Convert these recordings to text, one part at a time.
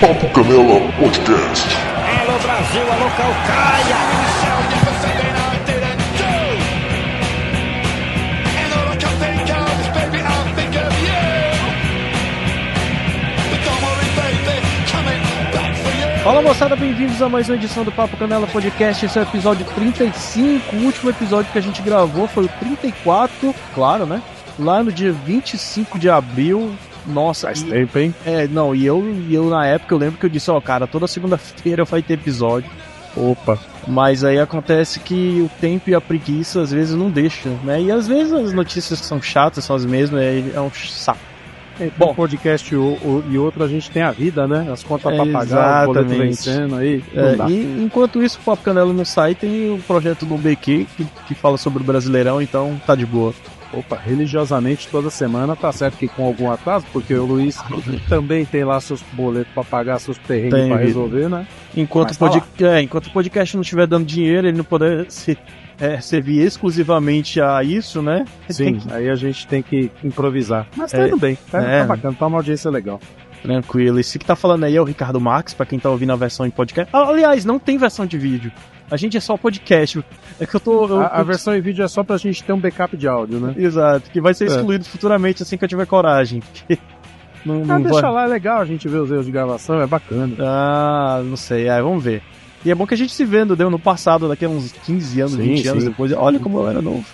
Papo Canela Podcast. Alô Brasil, alô Fala moçada, bem-vindos a mais uma edição do Papo Canela Podcast. Esse é o episódio 35. O último episódio que a gente gravou foi o 34, claro, né? Lá no dia 25 de abril. Nossa, Faz e- tempo, hein? é, não, e eu, e eu na época eu lembro que eu disse, ó, cara, toda segunda-feira vai ter episódio. Opa. Mas aí acontece que o tempo e a preguiça às vezes não deixam, né? E às vezes as notícias que são chatas são as mesmas, é, é um saco. Bom, Bom. um podcast o- o- e outro a gente tem a vida, né? As contas É, pra pagar, o boleto exatamente. vencendo aí. É, não dá. e enquanto isso, o Papo Canela não sai, tem o projeto do BQ que, que fala sobre o Brasileirão, então tá de boa. Opa, religiosamente toda semana tá certo que com algum atraso, porque o Luiz também tem lá seus boletos pra pagar, seus terrenos Tem, pra Vitor. resolver, né? Enquanto, o Mas tá pod- é, enquanto o podcast não estiver dando dinheiro, ele não poder se- é, servir exclusivamente a isso, né? Tem Sim, que- aí a gente tem que improvisar. Mas tá É, indo bem, tá, é. tá bacana, tá uma audiência legal. Tranquilo. Esse que tá falando aí é o Ricardo Marques, pra quem tá ouvindo a versão em podcast. Ah, Aliás, não tem versão de vídeo. A gente é só podcast. É que eu tô. eu- A, a eu- versão em vídeo é só pra gente ter um backup de áudio, né? Exato, que vai ser É. excluído futuramente assim que eu tiver coragem. porque Não, Ah, não vai... deixa lá, é legal a gente ver os erros de gravação, é bacana. Ah, não sei. Ah, vamos ver. E é bom que a gente se vendo, deu no passado, daqui a uns 15 anos, Sim, 20 anos sim. depois. Olha como eu era novo.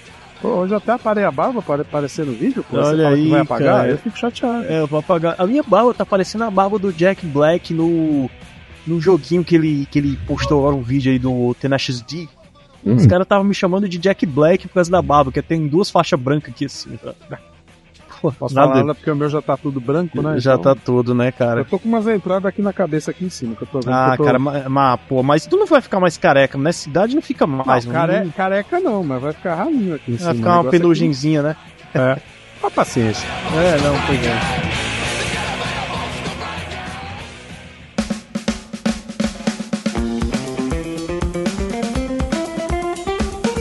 Pô, hoje eu até aparei a barba para aparecer no vídeo, pô. Olha você fala aí, que vai apagar, cara. eu fico chateado. É, eu vou apagar. A minha barba tá parecendo a barba do Jack Black no, no joguinho que ele, que ele postou agora um vídeo aí do Tenacious D. Os caras estavam me chamando de Jack Black por causa da barba, que tem duas faixas brancas aqui assim. Pô, Posso nada. falar nada porque o meu já tá tudo branco, né? Já Então, tá todo, né, cara? Eu tô com umas entradas aqui na cabeça, aqui em cima, que eu tô vendo. que Ah, eu tô... cara, mas, mas, pô, mas tu não vai ficar mais careca, nessa idade não fica Não, mais. Não, é assim, care- careca não, mas vai ficar ralinho aqui em cima. Vai ficar O uma negócio aqui- penugenzinha, né? É. Uma paciência. É, não, pois é.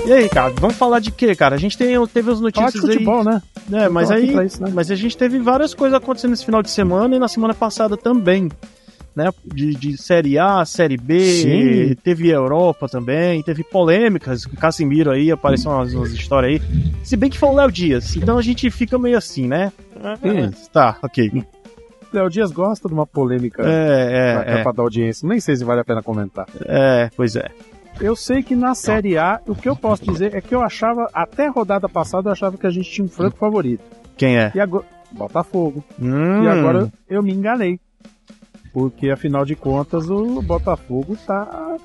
E aí, cara, vamos falar de quê, cara? A gente tem, teve as Falar notícias de futebol, né? aí. É, mas Tô aqui aí. pra isso, né? Mas a gente teve várias coisas acontecendo esse final de semana e na semana passada também. Né? De, de Série A, Série B, Sim. teve Europa também, teve polêmicas, com Casimiro aí, apareceu umas, umas histórias aí. Se bem que foi o Léo Dias, então a gente fica meio assim, né? Hum. Tá, ok. Léo Dias gosta de uma polêmica pra, É, é, é, pra dar audiência. Nem sei se vale a pena comentar. é, pois é. Eu sei que na Série A, o que eu posso dizer é que eu achava, até a rodada passada, eu achava que a gente tinha um franco favorito. Quem é? E agora. Botafogo. Hum, E agora eu me enganei. Porque afinal de contas o Botafogo tá.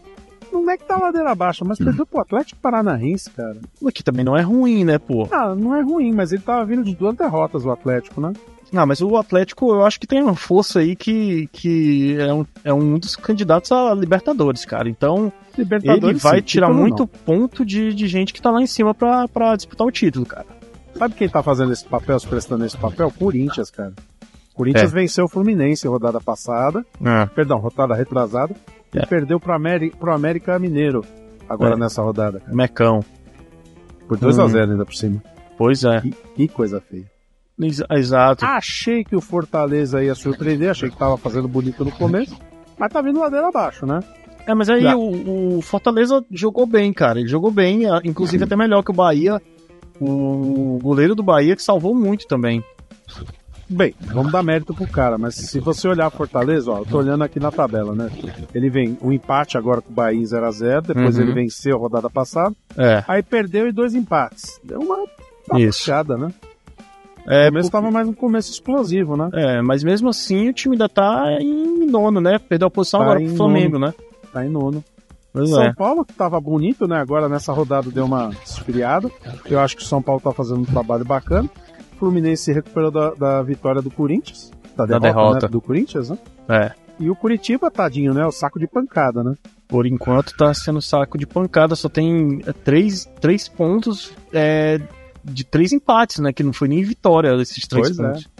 Não é que tá ladeira abaixo, mas perdeu pro Atlético Paranaense, cara. o que também não é ruim, né, pô? Ah, não é ruim, mas ele tava vindo de duas derrotas o Atlético, né? Não, mas o Atlético eu acho que tem uma força aí que, que é, um, é um dos candidatos a Libertadores, cara. Então, Libertadores. ele vai sim, tirar título muito ponto de, de gente que tá lá em cima pra, pra disputar o título, cara. não. Sabe quem tá fazendo esse papel, se prestando esse papel? Corinthians, cara. Corinthians É. venceu o Fluminense rodada passada, perdão, rodada retrasada, É. e perdeu pro, Ameri pro América Mineiro agora É. nessa rodada, cara. Mecão. Por 2 Hum. a 0 ainda por cima. Pois é. Que- que coisa feia. Ex- Exato. Achei que o Fortaleza ia surpreender, achei que tava fazendo bonito no começo, mas tá vindo ladeira abaixo, né? É, mas aí Tá. o, o Fortaleza jogou bem, cara. Ele jogou bem, a- inclusive até melhor que o Bahia. O goleiro do Bahia que salvou muito também. Bem, vamos dar mérito pro cara, mas se você olhar Fortaleza, ó, eu tô olhando aqui na tabela, né? Ele vem um empate agora com o Bahia em 0x0, depois Uhum. ele venceu a rodada passada, É, aí perdeu e dois empates. Deu uma Isso. puxada, né? é, No começo tava mais um começo explosivo, né? é, mas mesmo assim o time ainda tá em nono, né? Perdeu a posição Tá agora em pro Flamengo, né? Tá em nono. Pois São é. Paulo, que tava bonito, né? Agora nessa rodada deu uma esfriada. Eu acho que o São Paulo tá fazendo um trabalho bacana. O Fluminense se recuperou da, da vitória do Corinthians. Da derrota, derrota. Né? do Corinthians, né? É. E o Curitiba, tadinho, né? O saco de pancada, né? Por enquanto tá sendo saco de pancada, só tem é, três, três pontos é, de três empates, né? Que não foi nem vitória esses três Pois é. pontos.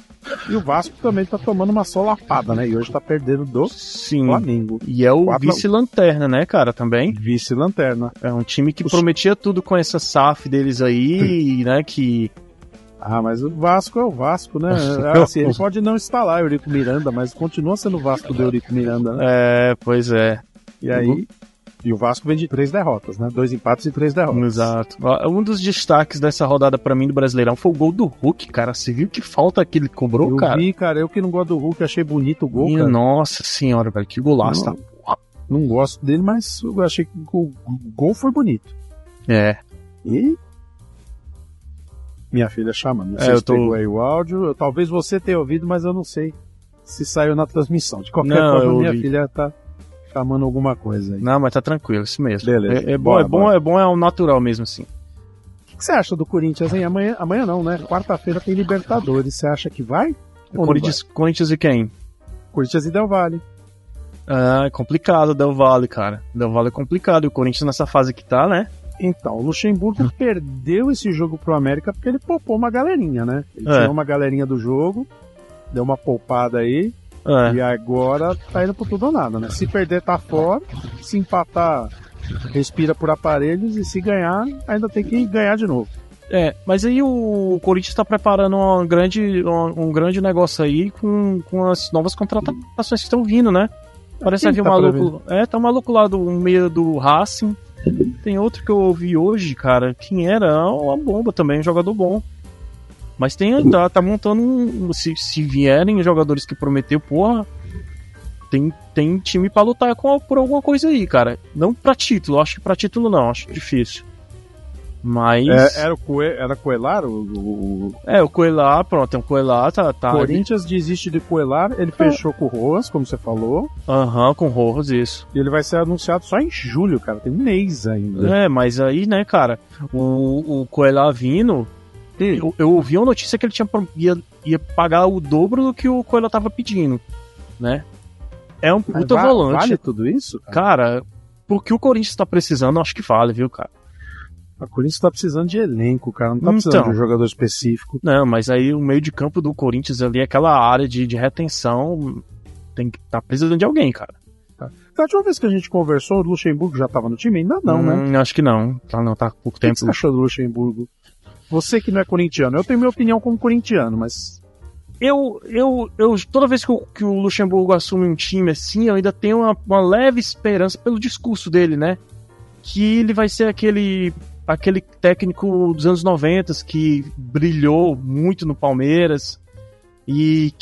E o Vasco também tá tomando uma solapada, né? E hoje tá perdendo do Sim. Flamengo. E é o Quatro a um. vice-lanterna, né, cara, também. Vice-lanterna. É um time que Os- prometia tudo com essa SAF deles aí, né, que Ah, mas o Vasco é o Vasco, né? Assim, ele pode não instalar Eurico Miranda, mas continua sendo o Vasco do Eurico Miranda, né? É, pois é. E aí. E o Vasco vem de três derrotas, né? Dois empates e três derrotas. Exato. Ó, Um dos destaques dessa rodada pra mim do Brasileirão foi o gol do Hulk, cara. Você viu que falta que ele cobrou, Eu cara? vi, cara, eu que não gosto do Hulk, achei bonito o gol, Minha cara. nossa senhora, velho, que golaço, tá? Não gosto dele, mas eu achei que o gol foi bonito. É. E. Minha filha chama, não É, sei eu se tô- pegou aí o áudio. Eu- talvez você tenha ouvido, mas eu não sei se saiu na transmissão. De qualquer Não, eu forma, minha ouvi. filha tá chamando alguma coisa aí. Não, mas tá tranquilo, isso mesmo. Beleza. É, é bom, Bora, é bom, bora. é bom, é um natural mesmo, assim. O que você acha do Corinthians, hein? Amanhã, amanhã não, né? Quarta-feira tem Libertadores. Você acha que vai? Ou não Corinthians, Corinthians e quem? vai? Corinthians e Del Valle. Ah, é complicado o Del Valle, cara. Del Valle é complicado. E o Corinthians nessa fase que tá, né? Então, o Ah. Luxemburgo perdeu esse jogo pro América porque ele poupou uma galerinha, né? Ele É. tirou uma galerinha do jogo, deu uma poupada aí, É. e agora tá indo pro tudo ou nada, né? Se perder, tá fora. Se empatar, respira por aparelhos. E se ganhar, ainda tem que ganhar de novo. É, mas aí o Corinthians tá preparando uma grande, uma- um grande negócio aí com, com as novas contratações que estão vindo, né? Parece Quem haver um tá maluco. É, tá um maluco lá do meio do Racing. Tem outro que eu ouvi hoje, cara. Quem era? É Uma bomba também, um jogador bom. Mas tem, tá, tá montando um. Se, se vierem os jogadores que prometeu, porra. Tem, tem time pra lutar com, por alguma coisa aí, cara. Não pra título, acho que pra título não, acho difícil. Mas. É, era o Coe, era Coelar? O, o- o- É, o Coelhar, pronto, tem o Coelhar, tá. tá Corinthians desiste de Coelar. Ele É. fechou com o Roas, como você falou. Aham, com o Rojas, isso. E ele vai ser anunciado só em julho, cara. Tem um mês ainda. É, mas aí, né, cara, o, o Coelhar vindo, eu, eu ouvi uma notícia que ele tinha, pro- ia, ia pagar o dobro do que o Coelhar tava pedindo, né? É um Mas puta va- volante. Vale tudo isso? cara? Cara, porque o Corinthians tá precisando, eu acho que vale, viu, cara? A Corinthians tá precisando de elenco, cara. Não tá Então. precisando de um jogador específico. Não, mas aí o meio de campo do Corinthians ali, aquela área de, de retenção, tem que tá precisando de alguém, cara. Da última vez que a gente conversou, o Luxemburgo já tava no time? Ainda não, né? Hum, Acho que não. Tá, não, tá com pouco O que tempo. que você achou do Luxemburgo? Você que não é corintiano, eu tenho minha opinião como corintiano, mas. eu, eu, eu toda vez que o, que o Luxemburgo assume um time assim, eu ainda tenho uma, uma leve esperança pelo discurso dele, né? Que ele vai ser aquele aquele técnico dos anos 90 que brilhou muito no Palmeiras e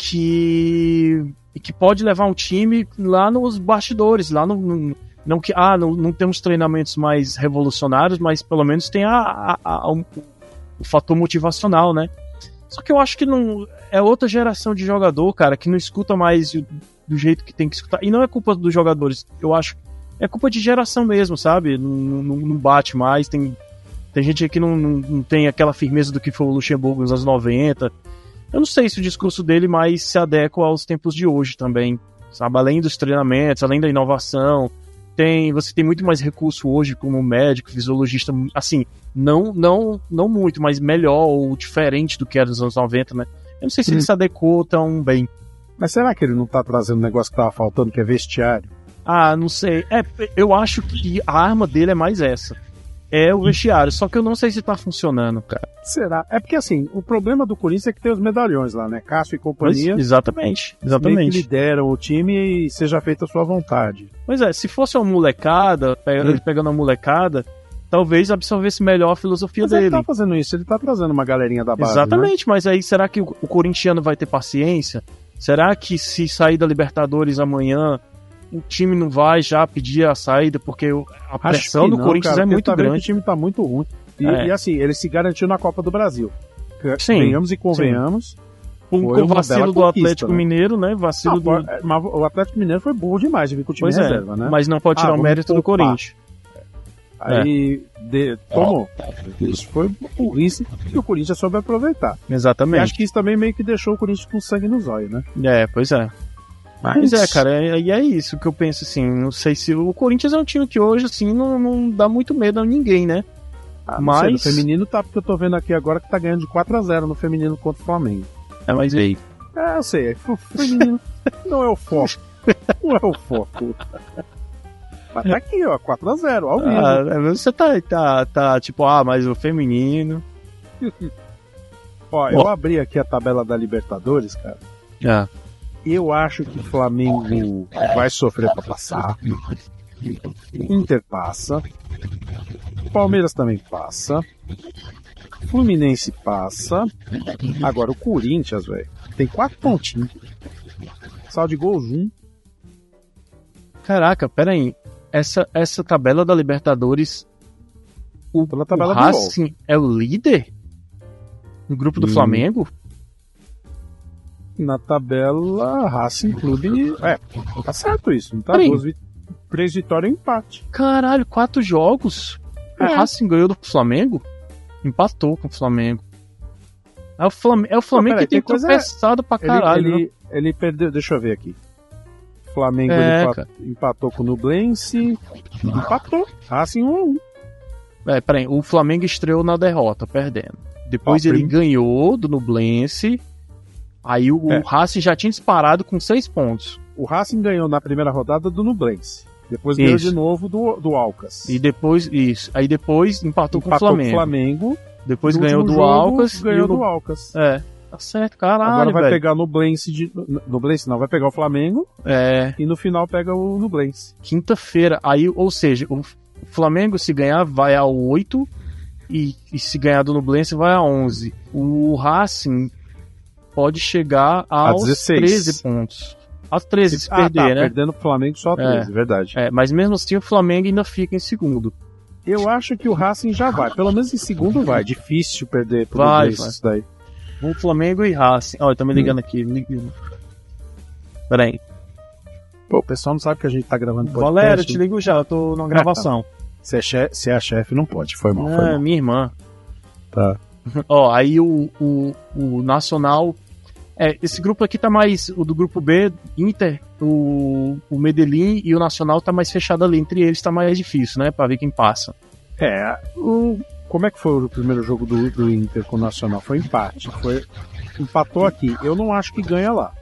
que e que pode levar um time lá nos bastidores, lá no, no- não que ah não, não temos treinamentos mais revolucionários, mas pelo menos tem a, a- a- um- o fator motivacional, né? Só que eu acho que não, é outra geração de jogador, cara, que não escuta mais o- do jeito que tem que escutar. E não é culpa dos jogadores, eu acho. É culpa de geração mesmo, sabe? Não, não- não bate mais. Tem, tem gente aí que não, não, não tem aquela firmeza do que foi o Luxemburgo nos anos 90. Eu não sei se o discurso dele mais se adequa aos tempos de hoje também, sabe? Além dos treinamentos, além da inovação. Tem, você tem muito mais recurso hoje como médico, fisiologista, assim, não não não muito, mas melhor ou diferente do que era nos anos 90, né? Eu não sei se ele Hum. se adequou tão bem. Mas será que ele não tá trazendo um negócio que tava faltando, que é vestiário? Ah, não sei. É, eu acho que a arma dele é mais essa. É Hum. o vestiário, só que eu não sei se tá funcionando, cara. Será? É porque assim, o problema do Corinthians é que tem os medalhões lá, né? Cássio e Mas- companhia. exatamente, Meio que exatamente. lideram o time e seja feita a sua vontade. Pois é, se fosse uma molecada, pe- Hum. ele pegando a molecada, talvez absorvesse melhor a filosofia Mas ele dele. tá fazendo isso, ele tá trazendo uma galerinha da base. né? Exatamente, mas aí será que o, o corintiano vai ter paciência? Será que se sair da Libertadores amanhã, o time não vai já pedir a saída? Porque o- a Acho pressão que do não, Corinthians cara, é porque muito tá vendo que grande. O time tá muito ruim. E, É. e, assim, ele se garantiu na Copa do Brasil. Que- Sim, Venhamos e convenhamos. Um foi uma vacilo bela do conquista, Atlético né? Mineiro, né? Não, Vacilo do. pô, é, mas o Atlético Mineiro foi bom demais de vir com o time Pois é, reserva, né? mas é. não pode Ah, tirar o vamos mérito do poupar. Corinthians. Aí de- tomou. Isso foi burrice que o Corinthians soube aproveitar. E Exatamente. acho que isso também meio que deixou o Corinthians com sangue nos olhos, né? É, pois é. Mas Pois é, cara, é- e é, isso que eu penso, assim, não sei se o Corinthians é um time que hoje, assim, não, não dá muito medo a ninguém, né? Ah, não sei, mas- do feminino tá, porque eu tô vendo aqui agora que tá ganhando de 4x0 no feminino contra o Flamengo. É, mas aí. É, eu sei. O feminino não é o foco. Não é o foco. Mas tá aqui, ó, 4x0, é, ao vivo. Ah, você tá, tá, tá, tipo, ah, mas o feminino. Ó, eu abri aqui a tabela da Libertadores, cara. É. Ah. Eu acho que Flamengo vai sofrer pra passar. Inter passa. Palmeiras também passa. Fluminense passa. Agora o Corinthians, velho, tem quatro pontinhos. Saldo de gols um. Caraca, pera aí. Essa, essa tabela da Libertadores. O, Pela Tá tabela o do Racing é o líder? No grupo do Hum. Flamengo? Na tabela, Racing Clube. É, tá certo isso, não tá? Peraí. Duas vi- Três vitórias e um empate. Caralho, quatro jogos? O É. Racing ganhou do Flamengo? Empatou com o Flamengo. É o, Flam- é o Flamengo peraí, que tem tem coisa- tropeçado pra Ele, caralho. né? ele, ele perdeu, deixa eu ver aqui. Flamengo É, ele empa- cara. empatou com o Nublense. Empatou. Racing 1 a 1 É, peraí, o Flamengo estreou na derrota, perdendo. Depois Ó, ele prim- ganhou do Nublense. Aí o, É. o Racing já tinha disparado com seis pontos. O Racing ganhou na primeira rodada do Nublense. Depois ganhou Isso. de novo do, do Alcas. E depois, isso. Aí depois empatou, com o Flamengo. Flamengo. Depois No ganhou do último jogo, Alcas. e Ganhou o Nu- do Alcas. É, tá certo, caralho, Agora vai velho. pegar o Nublense de. Nublense não, vai pegar o Flamengo É, e no final pega o Nublense. quinta-feira. Aí, ou seja, o F- o Flamengo, se ganhar, vai a 8. E, e se ganhar do Nublense, vai a 11. O Racing pode chegar aos 16. 13 pontos. Aos 13, se perder, ah, tá, né? perdendo pro Flamengo só 13, verdade. É, mas mesmo assim o Flamengo ainda fica em segundo. Eu acho que o Racing já vai. Pelo menos em segundo vai. É Difícil perder pro Vai, Nublense vai. isso daí. O Flamengo e Racing. Olha, tá me Hum. ligando aqui. Me ligando. Peraí. Pô, o pessoal não sabe que a gente tá gravando podcast. Valério, eu te ligo já, eu tô numa gravação. Se é, chefe, se é a chefe, não pode. Foi mal, foi Ah, mal. minha irmã. Tá. Ó, aí o, o, o Nacional. É, esse grupo aqui tá mais. O do grupo B, Inter, o, o Medellín e o Nacional tá mais fechado ali. Entre eles tá mais difícil, né? Pra ver quem passa. É, o... como é que foi o primeiro jogo do, do Inter com o Nacional? Foi empate. Foi... Empatou aqui. Eu não acho que ganha lá.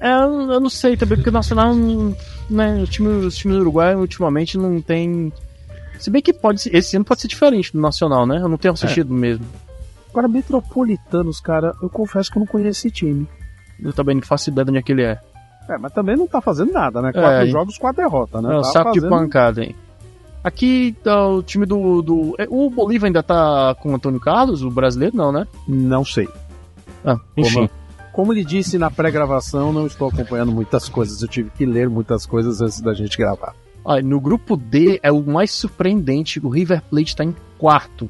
É, eu eu não sei também, porque o Nacional, não- né, o time, os times do Uruguai ultimamente não tem. Se bem que pode ser- esse ano pode ser diferente do Nacional, né? Eu não É. tenho assistido mesmo. Agora, Metropolitanos, cara, eu confesso que eu não conheço esse time. Eu também não faço ideia de onde é que ele é. É, mas também não tá fazendo nada, né? Quatro É. jogos, quatro derrotas, né? é o tá saco de fazendo- pancada, hein? Aqui tá o time do. do é, o Bolívar ainda tá com o Antônio Carlos, o brasileiro, não, né? Não sei. Ah, enfim. Como, como ele disse na pré-gravação, não estou acompanhando muitas coisas. Eu tive que ler muitas coisas antes da gente gravar. Olha, no grupo D é o mais surpreendente. O River Plate tá em quarto.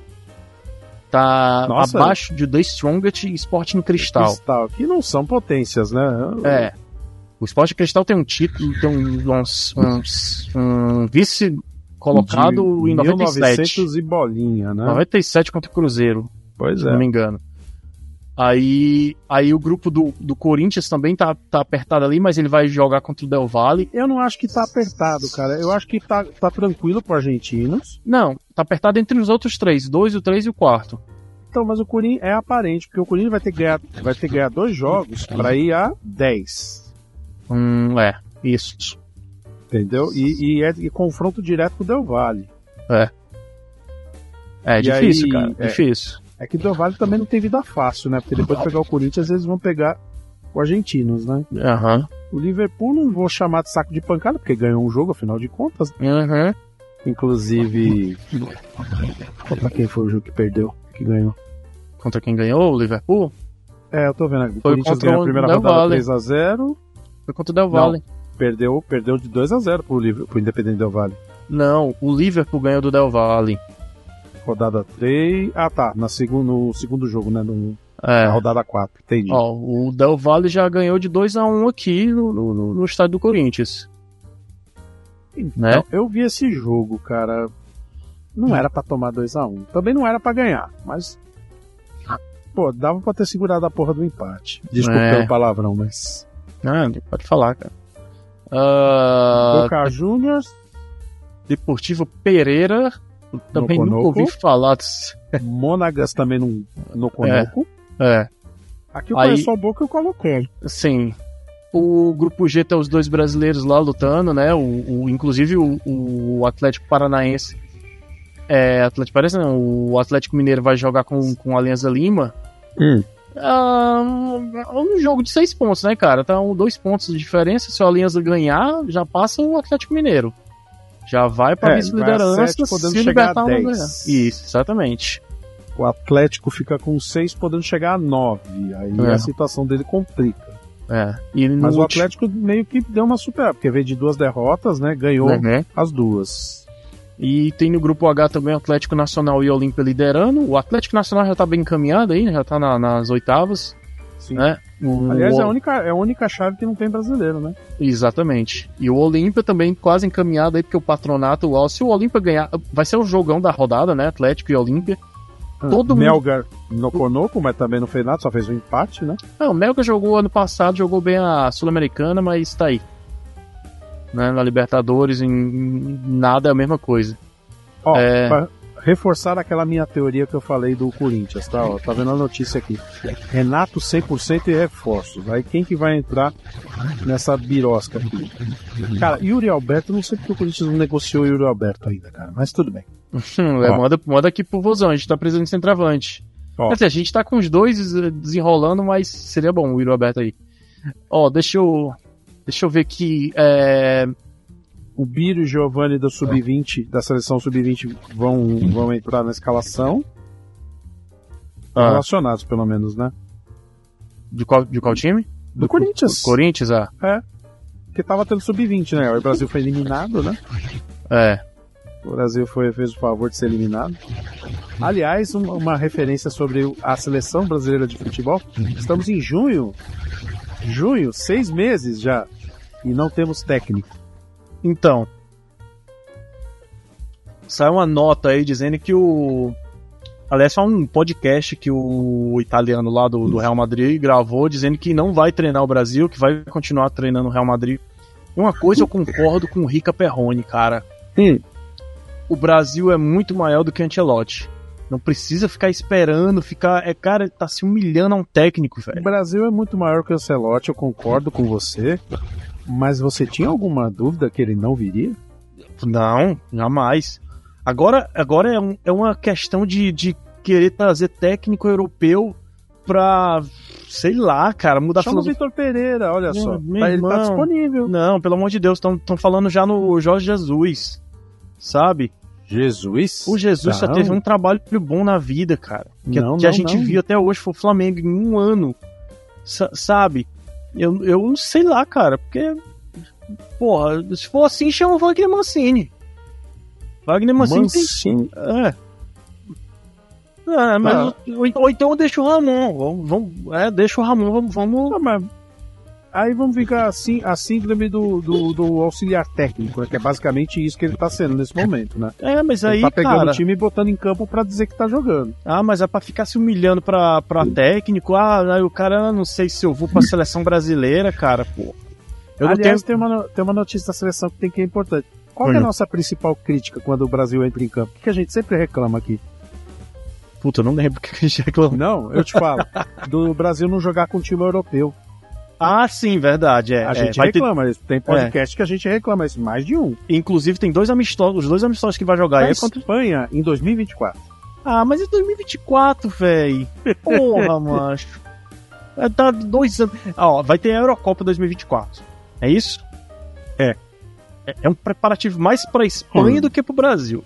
Tá Nossa. abaixo de The Strongest e Sporting Cristal. Cristal, que não são potências, né? É. O Esporte Cristal tem um título, tem um, um- um- um vice colocado De em 97. 1900 e bolinha, né? 97 contra o Cruzeiro, Pois é. se não me engano. Aí, aí o grupo do, do Corinthians também tá, tá apertado ali, mas ele vai jogar contra o Del Valle. Eu não acho que tá apertado, cara. Eu acho que tá, tá tranquilo pro argentinos. Não, tá apertado entre os outros três, dois, o três e o quarto. Então, mas o Corinthians é aparente, porque o Corinthians vai ter que ganhar, vai ter que ganhar dois jogos pra ir a 10. Hum, é, isso. Entendeu? E, e é e confronto direto com o Del Valle. É E difícil, aí, cara, é. difícil. É que o Del Valle também não tem vida fácil, né? Porque depois de pegar o Corinthians, eles vão pegar o argentinos, né? Aham, O Liverpool não vou chamar de saco de pancada, porque ganhou um jogo, afinal de contas. aham. Inclusive. Contra quem foi o jogo que perdeu? Que ganhou? Contra quem ganhou, o Liverpool? É, eu tô vendo. O Foi Corinthians contra ganhou o a primeira Del rodada Valle. 3x0. Foi contra o Del Valle. Perdeu, perdeu de 2 a 0 pro, Liver- pro Independente Del Vale. Não, o Liverpool ganhou do Del Valle. Rodada 3. Ah, tá. Na segun, no segundo jogo, né? No, É. Na rodada 4. Entendi. Ó, o Del Valle já ganhou de 2 a 1 aqui no, no, no- no estádio do Corinthians. Né? Então, Eu vi esse jogo, cara. Não era pra tomar 2 a 1 Também não era pra ganhar, mas. Pô, dava pra ter segurado a porra do empate. Desculpa É. pelo palavrão, mas. Ah, pode falar, cara. Ah, Boca Juniors, Deportivo Pereira. eu Também Noconoco. nunca ouvi falar. disso. Monagas também no, no Conoco. É, Aqui eu Aí- conheço só o Boca e o Coloquei. sim. O grupo G tem os dois brasileiros lá lutando, né? O, o- inclusive o, o Atlético Paranaense. É, Atlético Paranaense, não. O Atlético Mineiro vai jogar com, com o Alianza Lima. Hum. Ah, um jogo de seis pontos, né, cara? Então, dois pontos de diferença. Se o Aliança ganhar, já passa o Atlético Mineiro. Já vai pra É, vai a vice-liderança sete, podendo se chegar libertar a ou não 10. ganhar. Isso, exatamente. O Atlético fica com 6, podendo chegar a 9. Aí É. a situação dele complica. É. E no Mas o último- Atlético meio que deu uma superada, porque veio de duas derrotas, né? Ganhou Uhum. as duas. E tem no grupo H também o Atlético Nacional e o Olímpia liderando. O Atlético Nacional já tá bem encaminhado aí, né? já tá na- nas oitavas. Sim. É. O- Aliás, é a, o- única, é a única chave que não tem brasileiro, né? Exatamente. E o Olímpia também quase encaminhado aí, porque o Patronato, o- se o Olímpia ganhar, vai ser o jogão da rodada, né? Atlético e Olímpia. Todo mundo- Hum. Melgar no Conoco, mas também não fez nada, só fez um empate, né? Ah, o Melga jogou ano passado, jogou bem a Sul-Americana, mas tá aí. Né, na Libertadores, em em nada é a mesma coisa. Ó, É. pra reforçar aquela minha teoria que eu falei do Corinthians, tá? Ó, tá vendo a notícia aqui. Renato 100% e reforços. Aí quem que vai entrar nessa birosca aqui? Cara, Yuri Alberto, eu não sei porque o Corinthians não negociou o Yuri Alberto ainda, cara, mas tudo bem. Hum, é, Ó. manda, manda aqui pro Vozão, a gente tá precisando de centroavante. Ó. Quer dizer, a gente tá com os dois eh, desenrolando, mas seria bom o Iro aberto aí. Ó, deixa eu. Deixa eu ver aqui. É, O Biro e o Giovanni do Sub-20, da seleção Sub-20, vão, vão entrar na escalação. Ah. Relacionados, pelo menos, né? de, qual, de qual time? Do Corinthians. Corinthians, ah. É, Porque tava tendo Sub-20, né? O Brasil foi eliminado, né? É. O Brasil foi, fez o favor de ser eliminado. Aliás, um- uma referência sobre o- a seleção brasileira de futebol. Estamos em junho. Junho, seis meses já. E não temos técnico. Então. Saiu uma nota aí dizendo que o. Aliás, foi um podcast que o italiano lá do, do Real Madrid gravou dizendo que não vai treinar o Brasil, que vai continuar treinando o Real Madrid. E uma coisa eu concordo com o Rica Perrone, cara. Hum. O Brasil é muito maior do que o Ancelotti. Não precisa ficar esperando, ficar. É, cara, ele tá se humilhando a um técnico, O velho. Brasil é muito maior que o Ancelotti, eu concordo com você. Mas você tinha alguma dúvida que ele não viria? Não, jamais. Agora, agora é, um- é uma questão de, de querer trazer técnico europeu pra, sei lá, cara, mudar a Chama o filosofia. Vitor Pereira, olha Meu- só. meu ele tá irmão. disponível. Não, pelo amor de Deus, estão falando já no Jorge Jesus, sabe? Jesus? O Jesus só Não. teve um trabalho bom na vida, cara. Que, Não, que a não, gente não. viu até hoje foi o Flamengo em um ano, sa- sabe? Eu, eu não sei lá, cara, porque, porra, se for assim, chama o Wagner Mancini. Wagner Mancini tem Mancini. É. É, mas Ah. ou, ou então deixa o Ramon. Vamos, vamos, é, deixa o Ramon, vamos. vamos Ah, mas aí vamos ficar assim, a síndrome do, do, do auxiliar técnico, né, que é basicamente isso que ele tá sendo nesse momento, né? é, mas ele aí, tá pegando cara. o time e botando em campo pra dizer que tá jogando. Ah, mas é pra ficar se humilhando pra, pra técnico. Ah, aí o cara, ah, não sei se eu vou pra seleção brasileira, cara, pô. Eu não Aliás, tem, tenho. uma, no- tem uma notícia da seleção que tem que é importante. Qual que é a Olha. nossa principal crítica quando o Brasil entra em campo? O que a gente sempre reclama aqui? Puta, eu não lembro o que a gente reclamou. Não, eu te falo. do Brasil não jogar com o time europeu. Ah, sim, verdade. É, A é, gente vai ter- reclama isso. Tem podcast que a gente reclama isso. Mais de um. inclusive, tem dois amistosos, os dois amistosos que vai jogar. A aí é contra- Espanha em 2024. Ah, mas é 2024, véi. Porra, macho. É, Tá dois anos. Ah, ó, vai ter a Eurocopa 2024. É isso? É. É, é um preparativo mais pra Espanha Hum. do que pro Brasil.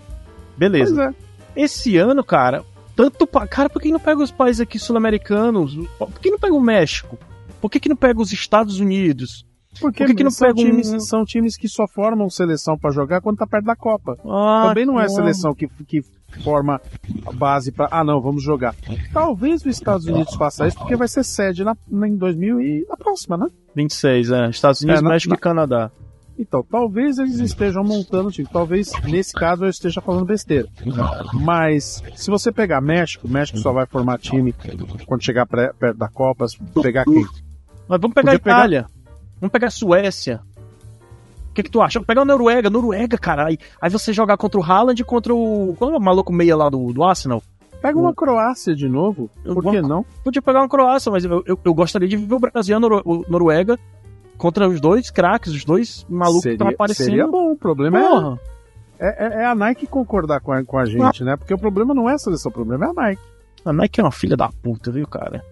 Beleza. Pois é. Esse ano, cara, tanto. pa- Cara, por que não pega os países aqui sul-americanos? Por que não pega o México? Por que, que não pega os Estados Unidos? Porque Por que que não são, pega um- times, são times que só formam seleção pra jogar quando tá perto da Copa. Ah, Também não é claro. seleção que, que forma a base pra. Ah, não, vamos jogar. Talvez os Estados Unidos faça isso porque vai ser sede na, na- em 2000 e na próxima, né? 26, é. Estados Unidos, É, na- México e Canadá. Então, talvez eles estejam montando o time. Talvez nesse caso eu esteja falando besteira. Mas se você pegar México, México só vai formar time quando chegar pré- perto da Copa. se Pegar quem? Mas vamos pegar a Podia pegar- Itália. Vamos pegar a Suécia. O que, que tu acha? Vamos pegar a Noruega. Noruega, cara. Aí, aí você jogar contra o Haaland e contra o. Qual é o maluco meia lá do, do Arsenal? Pega uma Croácia de novo. Eu Por vou- que não? Podia pegar uma Croácia, mas eu, eu, eu gostaria de ver o Brasil e a Noro- o Noruega contra os dois craques, os dois malucos que estão aparecendo. seria bom, o problema é- Porra. é, é, é a Nike concordar com a, com a gente, né? Porque o problema não é a seleção, o problema é a Nike. A Nike é uma filha da puta, viu, cara?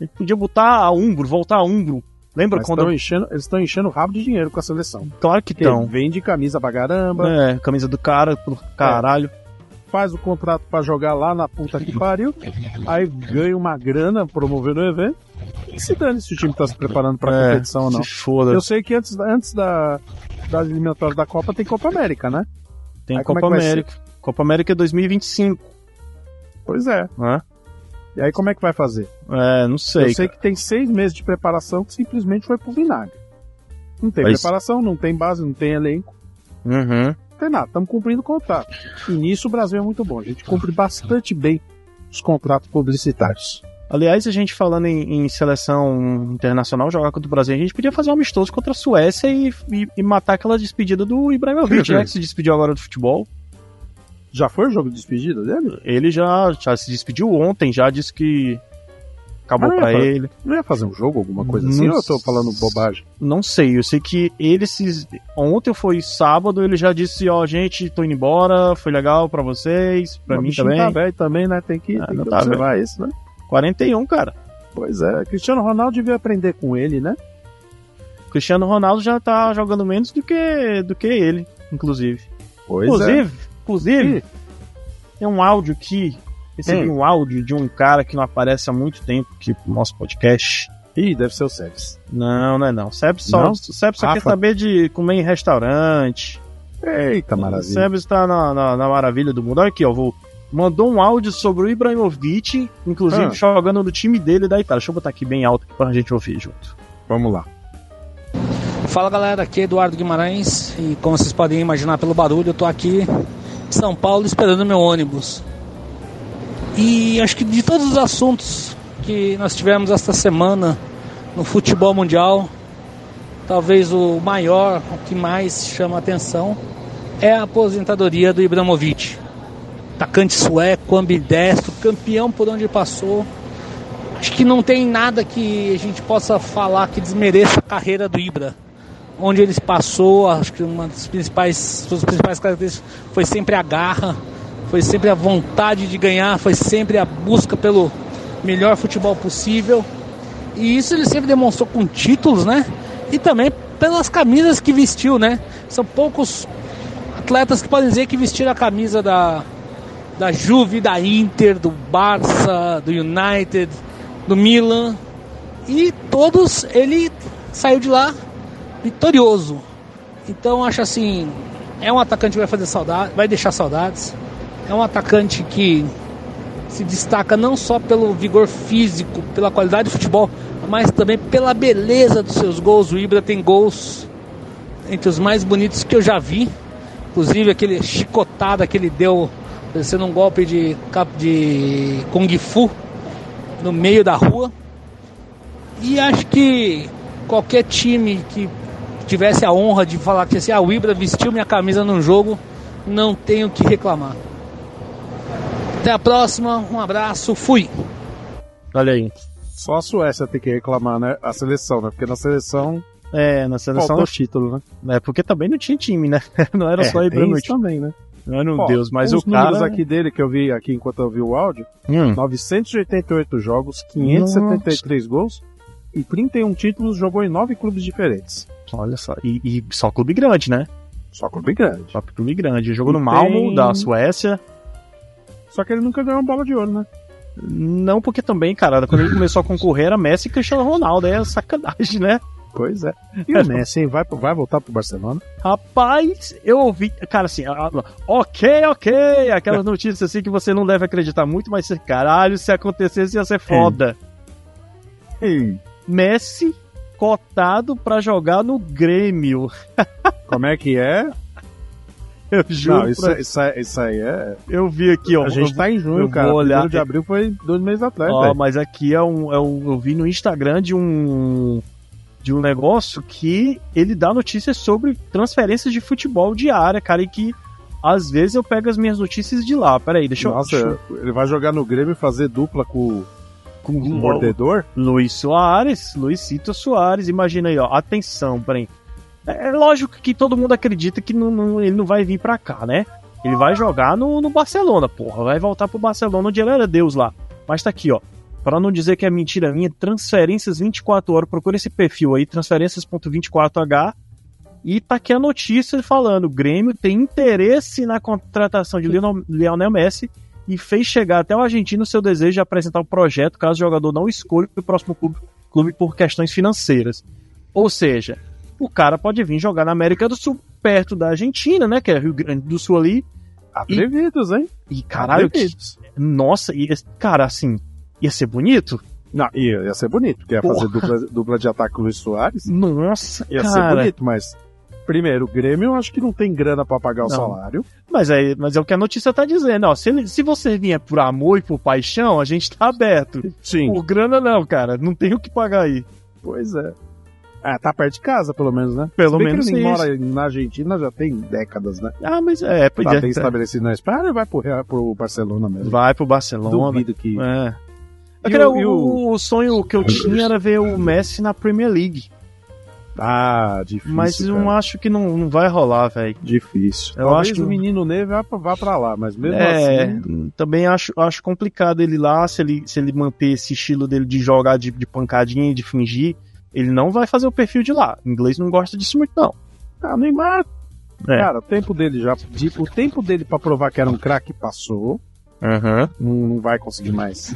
Ele podia botar a Umbro, voltar a Umbro. Lembra Mas quando. tão enchendo, eles estão enchendo o rabo de dinheiro com a seleção. Claro que Então, estão. vende camisa pra caramba, É, camisa do cara, pro É, caralho. faz o contrato pra jogar lá na puta que pariu, aí ganha uma grana promovendo o evento. E se dane se o time tá se preparando pra É, competição ou não. Se foda. Eu sei que antes, da- antes da, das eliminatórias da Copa tem Copa América, né? Tem Aí como é Copa que vai ser? América. Copa América é 2025, Pois é. né? E aí como é que vai fazer? É, não sei. Eu sei que tem seis meses de preparação que simplesmente foi pro vinagre. Não tem Mas- preparação, não tem base, não tem elenco, cara. Uhum. não tem nada. Estamos cumprindo o contrato. E nisso o Brasil é muito bom. A gente cumpre bastante bem os contratos publicitários. Aliás, a gente falando em, em seleção internacional, jogar contra o Brasil, a gente podia fazer um amistoso contra a Suécia e, e- e matar aquela despedida do Ibrahimovic, né? Que se despediu agora do futebol. Já foi o jogo de despedida dele? Ele já, já se despediu ontem, já disse que acabou Ah, é, pra pra- ele. Não ia fazer um jogo, alguma coisa assim? Não Ou eu tô falando bobagem? Não sei, eu sei que ele se. Ontem foi sábado, ele já disse: Ó, gente, tô indo embora, foi legal pra vocês, pra O mim bichinho também. tá velho também, né? Tem que, Ah, tem não que tá observar isso, né? 41, cara. Pois é. Cristiano Ronaldo devia aprender com ele, né? Cristiano Ronaldo já tá jogando menos do que, do que ele, inclusive. Pois é. inclusive, inclusive, tem um áudio aqui. Recebi Hum. um áudio de um cara que não aparece há muito tempo aqui pro nosso podcast. é. Ih, deve ser o Sérgio. Não, não é não. Seb só, Não? Seb só quer Rafa. saber de comer em restaurante. Eita, O maravilha. Sebes está na, na, na maravilha do mundo. Olha aqui, ó. Vou, mandou um áudio sobre o Ibrahimovic, inclusive Ah. jogando no time dele da Itália. Deixa eu botar aqui bem alto aqui pra gente ouvir junto. Vamos lá. Fala galera, aqui é Eduardo Guimarães e como vocês podem imaginar pelo barulho, eu tô aqui em São Paulo esperando meu ônibus. E acho que de todos os assuntos que nós tivemos esta semana no futebol mundial, talvez o maior, o que mais chama a atenção é a aposentadoria do Ibrahimovic. Atacante sueco, ambidestro, campeão por onde passou. Acho que não tem nada que a gente possa falar que desmereça a carreira do Ibra onde ele passou, acho que uma das principais, suas principais características foi sempre a garra, foi sempre a vontade de ganhar, foi sempre a busca pelo melhor futebol possível. E isso ele sempre demonstrou com títulos, né? E também pelas camisas que vestiu, né? São poucos atletas que podem dizer que vestiram a camisa da, da Juve, da Inter, do Barça, do United, do Milan. E todos ele saiu de lá vitorioso. Então acho assim, é um atacante que vai fazer saudade, vai deixar saudades. É um atacante que se destaca não só pelo vigor físico, pela qualidade do futebol, mas também pela beleza dos seus gols. O Ibra tem gols entre os mais bonitos que eu já vi. Inclusive aquele chicotada que ele deu, parecendo um golpe de, cap- de Kung Fu no meio da rua. E acho que qualquer time que tivesse a honra de falar que assim, ah, o Ibra vestiu minha camisa num jogo, não tenho o que reclamar. Até a próxima, um abraço, fui! Olha aí. Só a Suécia tem que reclamar, né? A seleção, né? Porque na seleção É, faltou na seleção. o título, né? É, porque também não tinha time, né? Não era só É, tem Ibrahimovic. isso também, né? Mano, Ó, Deus, mas os o números né? cara. aqui dele que eu vi aqui enquanto eu vi o áudio, Hum. 988 jogos, 573 gols e 31 títulos, jogou em nove clubes diferentes. Olha só. E, e só clube grande, né? Só clube grande. Só clube grande. Jogou no E Malmo, tem- da Suécia. Só que ele nunca ganhou uma bola de ouro, né? Não, porque também, cara, quando ele começou a concorrer era Messi e Cristiano Ronaldo. Aí é sacanagem, né? Pois é. E o Messi, hein? Vai, vai voltar pro Barcelona? Rapaz, eu ouvi. Cara, assim, a- a- ok, ok. Aquelas notícias assim que você não deve acreditar muito, mas você- caralho, se acontecesse ia ser foda. Messi cotado pra jogar no Grêmio. Como é que é? Eu juro. Não, isso, pra- isso, aí- isso aí é. Eu vi aqui, ó. A gente tá em eu junho, cara. vou olhar. Primeiro de abril foi dois meses atrás. Ó, velho. mas aqui é um, é um. Eu vi no Instagram de um. De um negócio que ele dá notícias sobre transferências de futebol diária, cara, e que às vezes eu pego as minhas notícias de lá. Peraí, deixa eu. Nossa, deixa eu- ele vai jogar no Grêmio e fazer dupla com, o- com com o mordedor? Luiz Soares, Luiz Cito Soares, imagina aí, ó. Atenção, peraí. É é lógico que todo mundo acredita que não- não- ele não vai vir pra cá, né? Ele vai jogar no, no Barcelona, porra. Vai voltar pro Barcelona onde ele era Deus lá. Mas tá aqui, ó. Para não dizer que é mentira minha, transferências 24 horas. Procura esse perfil aí, transferências.24h. E tá aqui a notícia falando: o Grêmio tem interesse na contratação de Lionel Messi e fez chegar até o argentino seu desejo de apresentar o projeto caso o jogador não escolha o próximo clube, clube por questões financeiras. Ou seja, o cara pode vir jogar na América do Sul, perto da Argentina, né? Que é Rio Grande do Sul ali. Atrevidos, hein? E caralho, que, Atrevidos. nossa, e, cara, assim, ia ser bonito. Não, ia, ia ser bonito, porque ia fazer dupla, dupla de ataque com o Luiz Soares. Nossa, Ia ser cara. bonito, mas. Primeiro, o Grêmio eu acho que não tem grana pra pagar o Não. salário. Mas é, mas é o que a notícia tá dizendo, ó. Se, ele- se você vier por amor e por paixão, a gente tá aberto. Sim. Por grana, não, cara. Não tem o que pagar aí. Pois é. Ah, tá perto de casa, pelo menos, né? Pelo Se bem menos que ele isso. mora na Argentina já tem décadas, né? Ah, mas é, pois Tá é. bem tá. estabelecido na Espanha, ah, ele vai pro, Real- pro Barcelona mesmo. Vai pro Barcelona. Duvido que. É. E Cara, o- e o, o sonho que eu tinha era ver o Messi na Premier League. Ah, difícil. Mas eu cara. acho que não, não vai rolar, velho. Difícil. Eu Talvez acho que- um- o menino Ney vá, pra- vá pra lá, mas mesmo É, assim. também acho, acho complicado ele lá, se ele, se ele manter esse estilo dele de jogar de, de pancadinha e de fingir, ele não vai fazer o perfil de lá. O inglês não gosta disso muito, não. Ah, Neymar. É. Cara, o tempo dele já. de- o tempo dele pra provar que era um craque passou. Não, não vai conseguir mais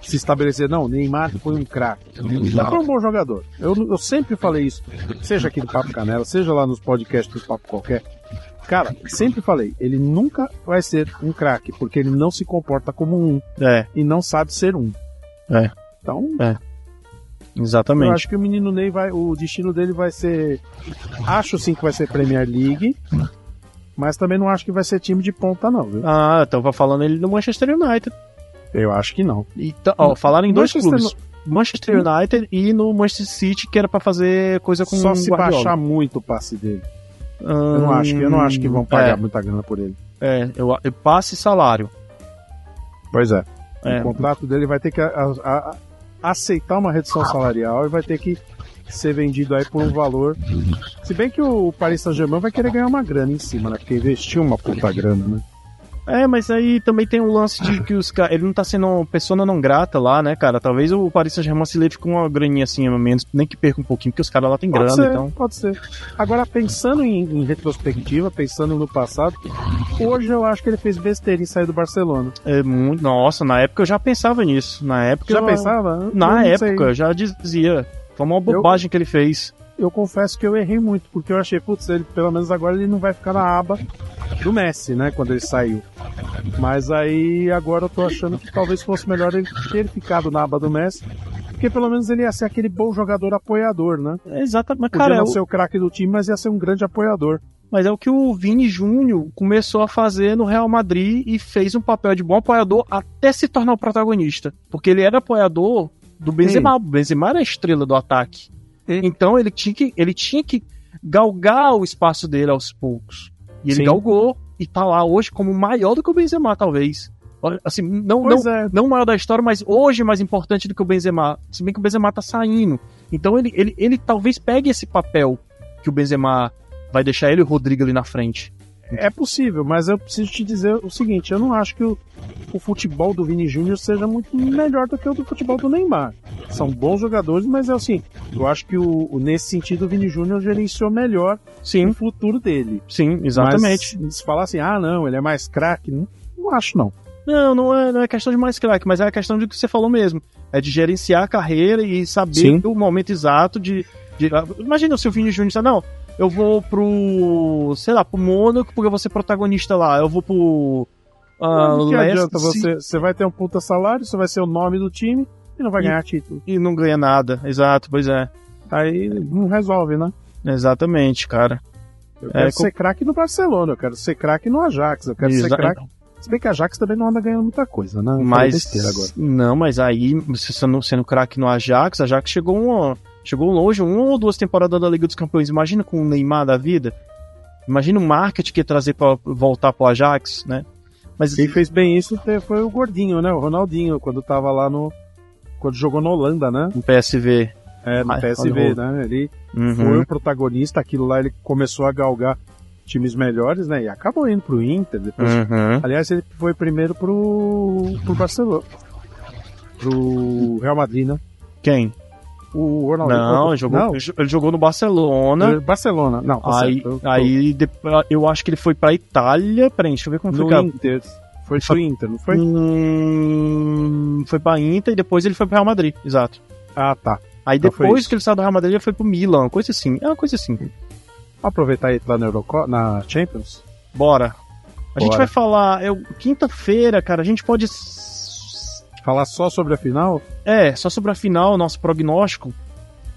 se estabelecer. Não, o Neymar foi um craque. Neymar foi um bom jogador. Eu, eu sempre falei isso. Seja aqui no Papo Canela, seja lá nos podcasts do Papo Qualquer. Cara, sempre falei, ele nunca vai ser um craque, porque ele não se comporta como um É, e não sabe ser um. É. Então, eu exatamente. acho que o menino Ney vai. O destino dele vai ser. Acho sim que vai ser Premier League. Mas também não acho que vai ser time de ponta, não, viu? Ah, então vai falando ele do Manchester United. Eu acho que não. Então, ó, falaram em dois Manchester clubes. Manchester United e no Manchester City, que era pra fazer coisa Tá com Só o se Guardiola. baixar muito o passe dele. Eu não acho que, eu não acho que Hum, vão pagar muita grana por ele. É, é, eu, eu passe e salário. Pois é. É. O contrato dele vai ter que a- a- a- aceitar uma redução salarial e vai ter que ser vendido aí por um valor. Se bem que o Paris Saint-Germain vai querer ganhar uma grana em cima, né? Porque investiu uma puta grana, né? É, mas aí também tem o lance de que os ca- ele não tá sendo persona não grata lá, né, cara? Talvez o Paris Saint-Germain se livre com uma graninha assim, a menos, nem que perca um pouquinho, porque os caras lá têm grana, pode ser, então. pode ser. Agora, pensando em, em retrospectiva, pensando no passado, hoje eu acho que ele fez besteira em sair do Barcelona. É muito, nossa, na época eu já pensava nisso. Na época Já eu, pensava? Eu Na não época sei. eu já dizia. Foi uma bobagem que ele fez. eu confesso que eu errei muito, porque eu achei, putz, ele, pelo menos agora ele não vai ficar na aba do Messi, né, quando ele saiu. Mas aí agora eu tô achando que talvez fosse melhor ele ter ficado na aba do Messi, porque pelo menos ele ia ser aquele bom jogador apoiador, né? É, Exatamente. Mas, Podia cara, é não o- ser o craque do time, mas ia ser um grande apoiador. mas é o que o Vini Júnior começou a fazer no Real Madrid e fez um papel de bom apoiador até se tornar o protagonista. Porque ele era apoiador do Benzema. O Benzema era a estrela do ataque. Sim. Então ele tinha, que, ele tinha que galgar o espaço dele aos poucos. E ele Sim. galgou e tá lá hoje como maior do que o Benzema, talvez. Olha, Assim, não, não, Pois é, não o maior da história, mas hoje mais importante do que o Benzema. Se bem que o Benzema tá saindo. Então ele, ele, ele talvez pegue esse papel que o Benzema vai deixar ele e o Rodrigo ali na frente. é possível, mas eu preciso te dizer o seguinte, eu não acho que o, o futebol do Vini Júnior seja muito melhor do que o do futebol do Neymar. São bons jogadores, mas é assim, eu acho que o, o- nesse sentido o Vini Júnior gerenciou melhor o Sim, futuro dele. sim, exatamente. Mas, se falar assim, ah, não, ele é mais craque, não, não acho não. Não, não é, não é questão de mais craque, mas é a questão do que você falou mesmo. É de gerenciar a carreira e saber Sim. o momento exato de. de- ah, imagina se o Vini Júnior disser, não, eu vou pro. sei lá, pro Mônaco, porque eu vou ser protagonista lá. Eu vou pro. ah, O que Leicester adianta você, você vai ter um puta salário, você vai ser o nome do time e não vai E- ganhar título. E não ganha nada. Exato, pois é. Aí não resolve, né? Exatamente, cara. Eu É, quero com- ser craque no Barcelona, eu quero ser craque no Ajax, eu quero Exa- ser craque. Se bem que a Ajax também não anda ganhando muita coisa, né? Eu falei Mas. besteira agora. Não, mas aí, se você não sendo craque no Ajax, a Ajax chegou uma, chegou um longe, uma ou duas temporadas da Liga dos Campeões. Imagina com o Neymar da vida. Imagina o marketing que ia trazer pra voltar pro Ajax, né? Mas Quem fez bem isso te- foi o Gordinho, né? O Ronaldinho, quando tava lá no. Quando jogou na Holanda, né? no PSV. É, no Ah, PSV, né? Ele Uhum. foi o protagonista, aquilo lá ele começou a galgar times melhores, né? E acabou indo pro Inter, depois Uhum. Aliás, ele foi primeiro pro, pro Barcelona. pro Real Madrid, né? Quem? O Ronaldinho. Não, ele jogou, Não, ele jogou no Barcelona. ele- Barcelona. Não, tá aí, certo, eu tô- aí depois, eu acho que ele foi pra Itália. Peraí, deixa eu ver como No foi que é. Inter. Foi pro Inter, não foi? Hum, foi pra Inter e depois ele foi pro Real Madrid, exato. Ah, tá. Aí Então foi depois isso. que ele saiu do Real Madrid, ele foi pro Milan, uma coisa assim. É uma coisa assim. Aproveitar ele lá na, Euroco... na Champions. Bora. A gente Bora. vai falar. eu- Quinta-feira, cara, a gente pode. s- Falar só sobre a final. É, só sobre a final, nosso prognóstico.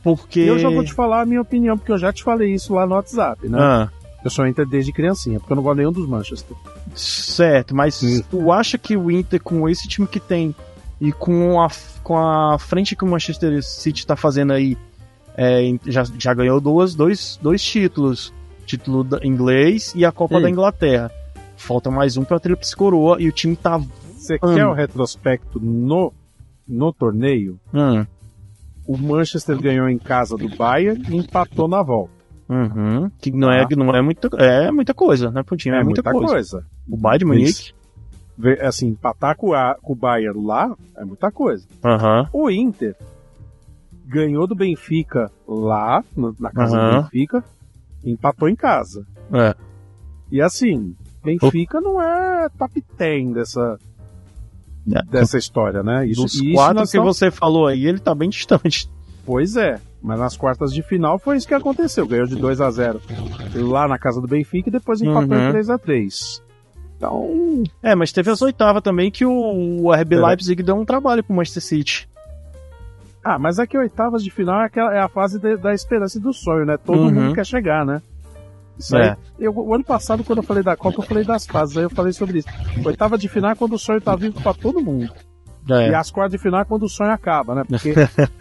Porque. E eu já vou te falar a minha opinião, porque eu já te falei isso lá no WhatsApp, né? Ah, Eu sou Inter desde criancinha, porque eu não gosto nenhum dos Manchester. certo, mas Hum. tu acha que o Inter, com esse time que tem e com a, com a frente que o Manchester City tá fazendo aí, é, em- já, já ganhou duas, dois, dois títulos: título da- inglês e a Copa Sim. da Inglaterra. Falta mais um pra Tríplice Coroa e o time tá. Você Hum. quer o retrospecto no, no torneio? Hum, O Manchester ganhou em casa do Bayern e empatou na volta. uhum. Que não é, não é muita, é muita coisa, né, Pontinho? É, muita, coisa. O Bayern de Munique. Ve- Assim, empatar com, a- com o Bayern lá é muita coisa. Aham. O Inter ganhou do Benfica lá, no- na casa Aham. do Benfica, e empatou em casa. É. E assim, Benfica não é top 10 dessa, É. dessa história, né? Isso, Dos isso quatro nós que estamos- você falou aí, ele tá bem distante. Pois é, mas nas quartas de final foi isso que aconteceu. Ganhou de 2 a 0 lá na casa do Benfica e depois empatou Uhum. em 3 a 3 Então, É, mas teve as oitavas também que o o RB É. Leipzig deu um trabalho pro Manchester City. ah, mas é que oitavas de final é, aquela, é a fase de- da esperança e do sonho, né? Todo Uhum. mundo quer chegar, né? Isso É. aí. Eu, o ano passado, quando eu falei da Copa, eu falei das fases, aí eu falei sobre isso. Oitava de final é quando o sonho tá vivo pra todo mundo. E É. as quartas de final é quando o sonho acaba, né? Porque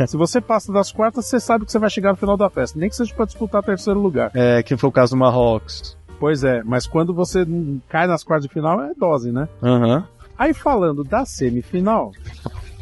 se você passa das quartas, você sabe que você vai chegar no final da festa. Nem que seja pra disputar terceiro lugar. É, que foi o caso do Marrocos. Pois é, mas quando você hum, cai nas quartas de final, é dose, né? Aham. Aí falando da semifinal,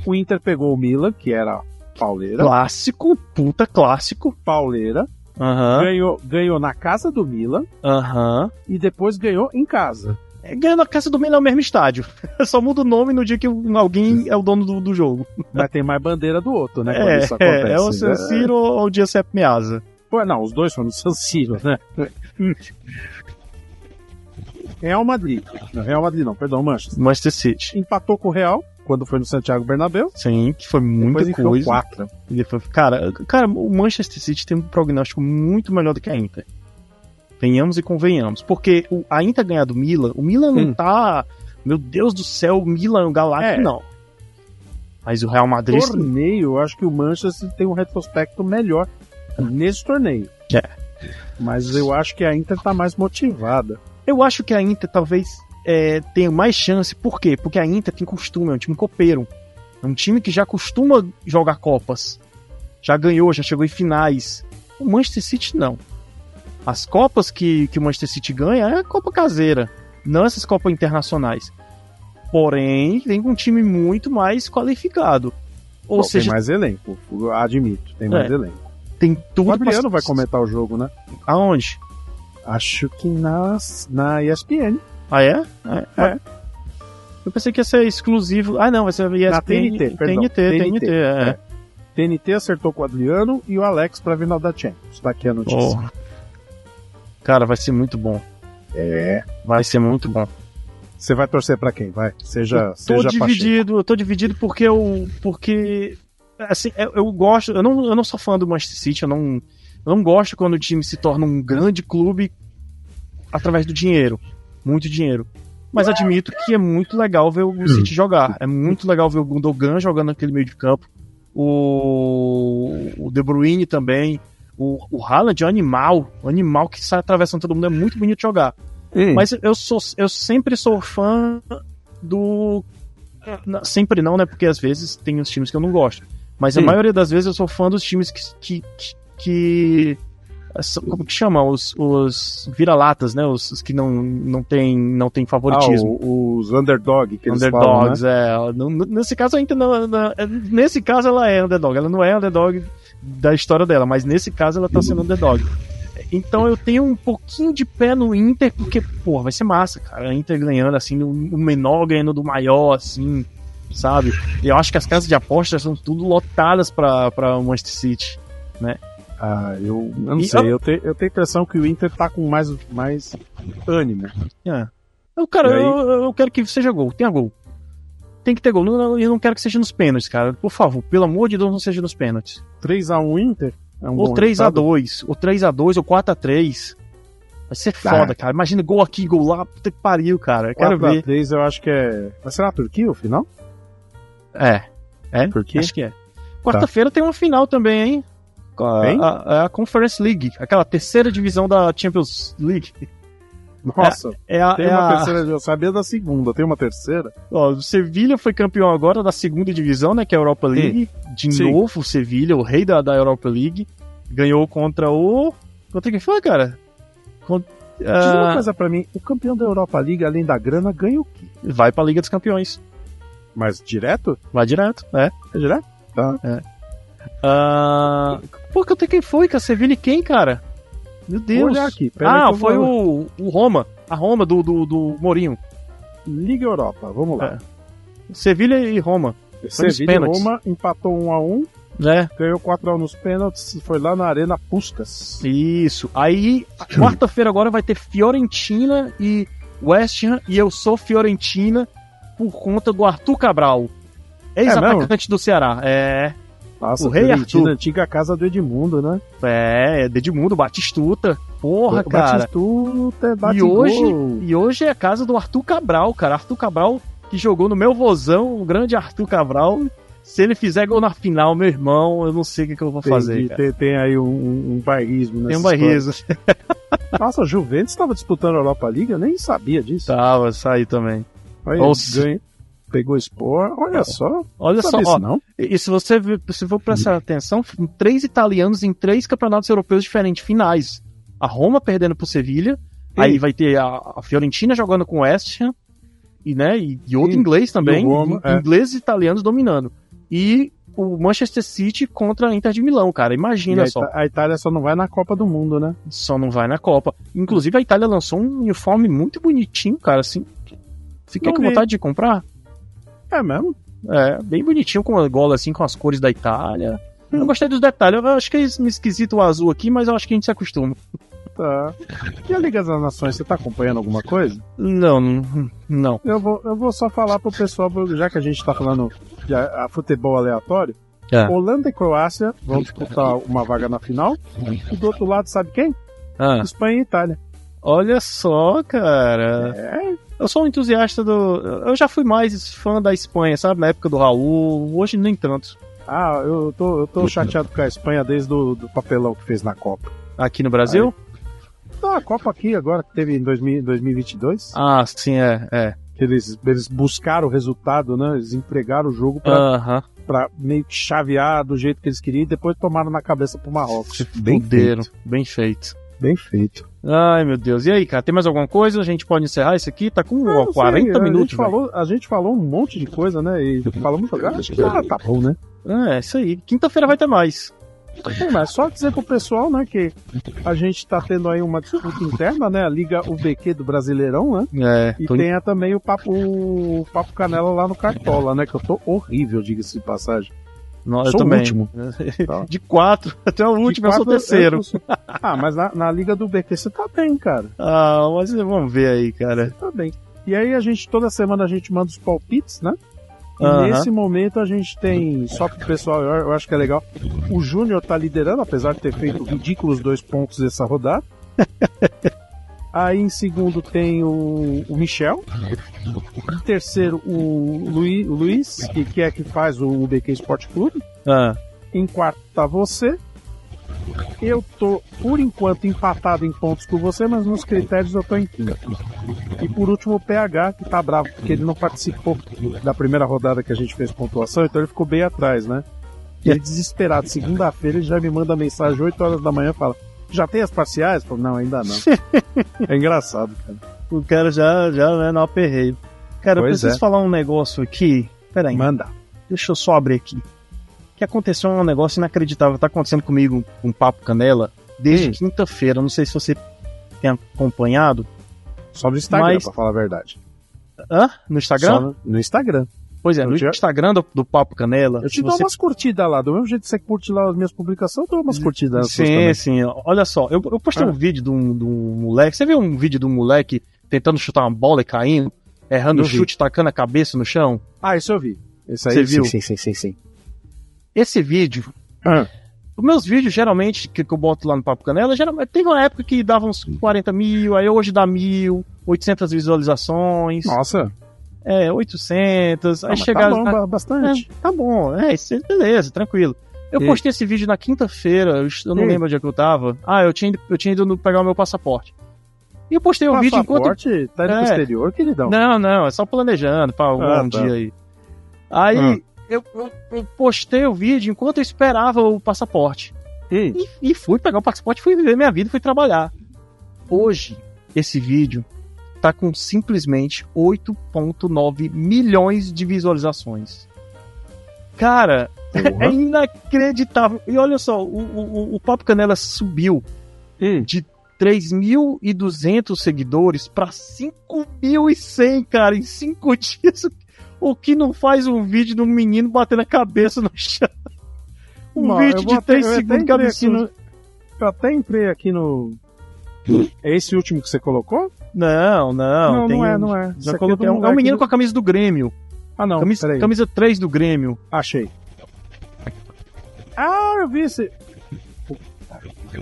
o Inter pegou o Milan, que era pauleira, Clássico, puta clássico. pauleira, Aham. ganhou, ganhou na casa do Milan Aham. e depois ganhou em casa. É, Ganhando a casa do Milan é o mesmo estádio. Só muda o nome no dia que alguém é o dono do, do jogo. Mas tem mais bandeira do outro, né? Quando É, isso acontece. né? é, é o San Siro ou o Giuseppe Meazza. Pô, não, os dois foram no San Siro, né? Real Madrid. Não, Real Madrid não, perdão, Manchester. Manchester City. Empatou com o Real quando foi no Santiago Bernabéu. Sim, que foi Depois muita enfiou coisa. quatro. E depois, cara, cara, o Manchester City tem um prognóstico muito melhor do que a Inter. Venhamos e convenhamos. Porque o- a Inter ganhar do Milan, o Milan não Hum. tá. Meu Deus do céu, o Milan, o Galáctico, É. não. Mas o Real Madrid. torneio, eu acho que o Manchester tem um retrospecto melhor nesse torneio. É. Mas eu acho que a Inter tá mais motivada. Eu acho que a Inter talvez é, tenha mais chance. Por quê? Porque a Inter tem costume, é um time copeiro. É um time que já costuma jogar Copas. Já ganhou, já chegou em finais. O Manchester City não. As Copas que, que o Manchester City ganha é a Copa caseira, não essas Copas internacionais. Porém, vem com um time muito mais qualificado. Ou Bom, seja, tem mais elenco, eu admito, tem mais É. elenco. tem tudo O pra- Adriano vai comentar o jogo, né? Aonde? Acho que na, na ESPN. Ah, é? é? é. Eu pensei que ia ser exclusivo. Ah, não, vai ser ESPN, Na TNT, perdão. TNT, TNT, TNT, é. é. TNT acertou com o Adriano e o Alex pra final da Champions. Tá aqui a notícia. Porra. Cara, vai ser muito bom. É. Vai ser muito bom. Você vai torcer pra quem? Vai. Seja, Tô seja Pacheco. dividido, eu tô dividido porque eu. Porque. Assim, eu, eu gosto. Eu não, eu não sou fã do Manchester City, eu não, eu não gosto quando o time se torna um grande clube através do dinheiro. Muito dinheiro. Mas admito que é muito legal ver Hum. o City jogar. É muito legal ver o Gundogan jogando naquele meio de campo. O, o De Bruyne também. O, o Haaland é um animal. Um animal que sai atravessando todo mundo. É muito bonito jogar. Mas eu, sou, eu sempre sou fã do. na- Sempre não, né? Porque às vezes tem os times que eu não gosto. Mas a Hum. maioria das vezes eu sou fã dos times que. que, que- que- são- como que chama? Os, os vira-latas, né? Os, os que não, não, tem, não tem Ah, favoritismo. o- os underdog que eles falam, né? Underdogs, é. Não- não- Nesse caso, ainda não, não- é, Nesse caso, ela é underdog. Ela não é underdog da história dela, mas nesse caso, ela tá sendo underdog. Então eu tenho um pouquinho de pé no Inter, porque, pô, vai ser massa, cara. A Inter ganhando, assim, o menor ganhando do maior, assim. sabe? E eu acho que as casas de apostas são tudo lotadas para o Manchester City, né? Ah, eu, eu não e sei, eu... Eu, te, eu tenho a impressão que o Inter tá com mais, mais ânimo. É. Eu, cara, aí... eu, eu, quero que seja gol, tenha gol. Tem que ter gol, eu, eu não quero que seja nos pênaltis, cara. Por favor, pelo amor de Deus, não seja nos pênaltis. 3x1 Inter? É um ou 3x2, ou 3x2, ou 4x3. Vai ser foda, ah. cara. Imagina gol aqui, gol lá, puta que pariu, cara. Eu quero ver. 3 eu acho que é. Vai ser na Turquia o final? É. É? Turquia? Acho que é. Quarta-feira tá. tem uma final também, hein? Tem? A, a, a, Conference League, aquela terceira divisão da Champions League. Nossa, é, é a, tem é uma terceira, eu sabia da segunda, tem uma terceira. Ó, o Sevilha foi campeão agora da segunda divisão, né, que é a Europa League. Sim. De Sim. novo, o Sevilha, o rei da, da Europa League, ganhou contra o... Contra quem foi, cara? Contra, Diz uh... Ah. uma coisa pra mim, o campeão da Europa League, além da grana, ganha o quê? Vai pra Liga dos Campeões. Mas direto? Vai direto, é. É direto? Tá. É. Uh... Pô, que eu tenho quem foi, cara? Sevilha e quem, cara? Meu Deus. Olha aqui, ah, foi o, o Roma. A Roma do, do, do Mourinho. Liga Europa, vamos lá. É. Sevilha e Roma. Sevilha e Roma empatou 1x1. É. Ganhou 4x1 nos pênaltis. Foi lá na Arena Puskas. Isso. Aí, quarta-feira agora vai ter Fiorentina e West Ham. E eu sou Fiorentina por conta do Arthur Cabral. Ex-atacante é do Ceará. É. Nossa, o Rei Arthur. antiga casa do Edmundo, né? É, do Edmundo, Batistuta. Porra, o cara. Batistuta é bate e hoje, e hoje é a casa do Arthur Cabral, cara. Arthur Cabral que jogou no meu vozão, o grande Arthur Cabral. Se ele fizer gol na final, meu irmão, eu não sei o que, que eu vou tem, fazer. Tem, tem, aí um, um, um bairrismo nessa Tem um bairrismo. Nossa, a Juventus estava disputando a Europa League, eu nem sabia disso. Tava, saí também. Aí, Nossa. Ganhei pegou expor. Olha só. Olha só. Isso, ó, não. E se você se for prestar atenção, três italianos em três campeonatos europeus diferentes finais. A Roma perdendo pro Sevilha, aí vai ter a, a, Fiorentina jogando com o West Ham e né, e, e outro Sim. inglês também, Roma, e, é. ingleses e italianos dominando. E o Manchester City contra a Inter de Milão, cara. Imagina a só. Ita a Itália só não vai na Copa do Mundo, né? Só não vai na Copa. Inclusive a Itália lançou um uniforme muito bonitinho, cara, assim. Fiquei não com vi. vontade de comprar. É mesmo? É, bem bonitinho com a gola assim, com as cores da Itália. Eu não gostei dos detalhes, eu acho que é esquisito o azul aqui, mas eu acho que a gente se acostuma. Tá. E a Liga das Nações, você tá acompanhando alguma coisa? Não, não. Eu vou, eu vou só falar pro pessoal, já que a gente tá falando de a, a futebol aleatório. É. Holanda e Croácia vão disputar uma vaga na final. E do outro lado, sabe quem? Ah. Espanha e Itália. Olha só, cara. É. Eu sou um entusiasta do. Eu já fui mais fã da Espanha, sabe? Na época do Raul. Hoje nem tanto. Ah, eu tô, eu tô Muito chateado bom. com a Espanha desde o do papelão que fez na Copa. Aqui no Brasil? Aí. Não, a Copa aqui agora que teve em 2000, 2022. Ah, sim, é. é. Eles, eles buscaram o resultado, né? Eles entregaram o jogo pra, uh -huh. pra meio que chavear do jeito que eles queriam e depois tomaram na cabeça pro Marrocos. Bem Fuderam, feito. Bem feito. Bem feito. Ai, meu Deus. E aí, cara, tem mais alguma coisa? A gente pode encerrar isso aqui? Tá com não, ó, 40 sei, minutos. né? A gente, véio. falou, a gente falou um monte de coisa, né? E falamos agora. Ah, tá bom, né? É, isso aí. Quinta-feira vai ter mais. Tem mais. Só dizer pro pessoal, né, que a gente tá tendo aí uma disputa interna, né? A Liga UBQ do Brasileirão, né? É, e tô... tem também o papo, o papo Canela lá no Cartola, né? Que eu tô horrível, diga-se de passagem. Não, Ah, eu sou também. o último. Tá. De quatro, até o último, quatro, eu sou o terceiro. Sou... Ah, mas na, na Liga do BT você tá bem, cara. Ah, mas vamos ver aí, cara. Você tá bem. E aí a gente, toda semana a gente manda os palpites, né? E uh -huh. nesse momento a gente tem, só pro pessoal, eu, eu acho que é legal, o Júnior tá liderando, apesar de ter feito ridículos dois pontos essa rodada. Aí em segundo tem o, o, Michel. Em terceiro, o, Luiz, o Luiz que, que, é que faz o UBQ Esporte Clube. Ah. Em quarto tá você. Eu tô, por enquanto, empatado em pontos com você, mas nos critérios eu tô em quinto. E por último, o PH, que tá bravo, porque ele não participou da primeira rodada que a gente fez pontuação, então ele ficou bem atrás, né? E ele desesperado, segunda-feira, ele já me manda mensagem 8 horas da manhã e fala: já tem as parciais? Não, ainda não. é engraçado, cara. O cara já, já né, no aperreio. Cara, pois eu preciso é. falar um negócio aqui. Pera aí. Manda. Deixa eu só abrir aqui. O que aconteceu é um negócio inacreditável. Tá acontecendo comigo um papo canela desde quinta-feira. Não sei se você tem acompanhado. Sobre o Instagram, mas... pra falar a verdade. Hã? No Instagram? No... no Instagram. Pois é, Eu no te- Instagram do, do Papo Canela. Eu te se dou umas curtidas lá, do mesmo jeito que você curte lá as minhas publicações, eu dou umas curtidas. nas suas Sim, também. sim. Olha só, eu, eu postei Ah. um vídeo de um, de um moleque. Você viu um vídeo de um moleque tentando chutar uma bola e caindo? Errando Eu o vi. chute, tacando a cabeça no chão? Ah, isso eu vi. Esse aí Você viu? Sim, sim, sim, sim. sim. Esse vídeo. Ah. Os meus vídeos, geralmente, que, que eu boto lá no Papo Canela, geralmente, teve uma época que dava uns 40 mil, aí hoje dá mil, 800 visualizações, Nossa, é, 800, ah, aí mas chega... tá bom, ba- bastante. É, tá bom, é, isso, beleza, tranquilo. Eu E- postei esse vídeo na quinta-feira, eu, est- eu não E- lembro onde é que eu tava. Ah, eu tinha, ido- eu tinha ido no- pegar o meu passaporte. E eu postei um vídeo enquanto. Passaporte, tá indo pro É. exterior, queridão. Não, não, é só planejando pra algum Ah, tá. Ah. dia aí. Aí eu, eu- eu postei o vídeo enquanto eu esperava o passaporte. Ih, E, e fui pegar o passaporte, fui viver minha vida, fui trabalhar. Hoje, esse vídeo tá com simplesmente 8,9 milhões de visualizações. Cara, é porra. inacreditável. E olha só, o, o, o Papo Canela subiu Ih, 3.200 seguidores pra 5.100, cara, em 5 dias. O que não faz um vídeo de um menino batendo a cabeça no chão? Um Bom, eu vídeo vou de até- 3 eu até segundos, assim entrei cara, aqui no- Eu até entrei aqui no... É esse último que você colocou? Não, não, não, tem não é, um- não é. Já Isso aqui coloquei. do É um, é um moleque menino do- com a camisa do Grêmio. Ah, não, camisa, peraí. camisa 3 do Grêmio. Achei. Ah, eu vi esse...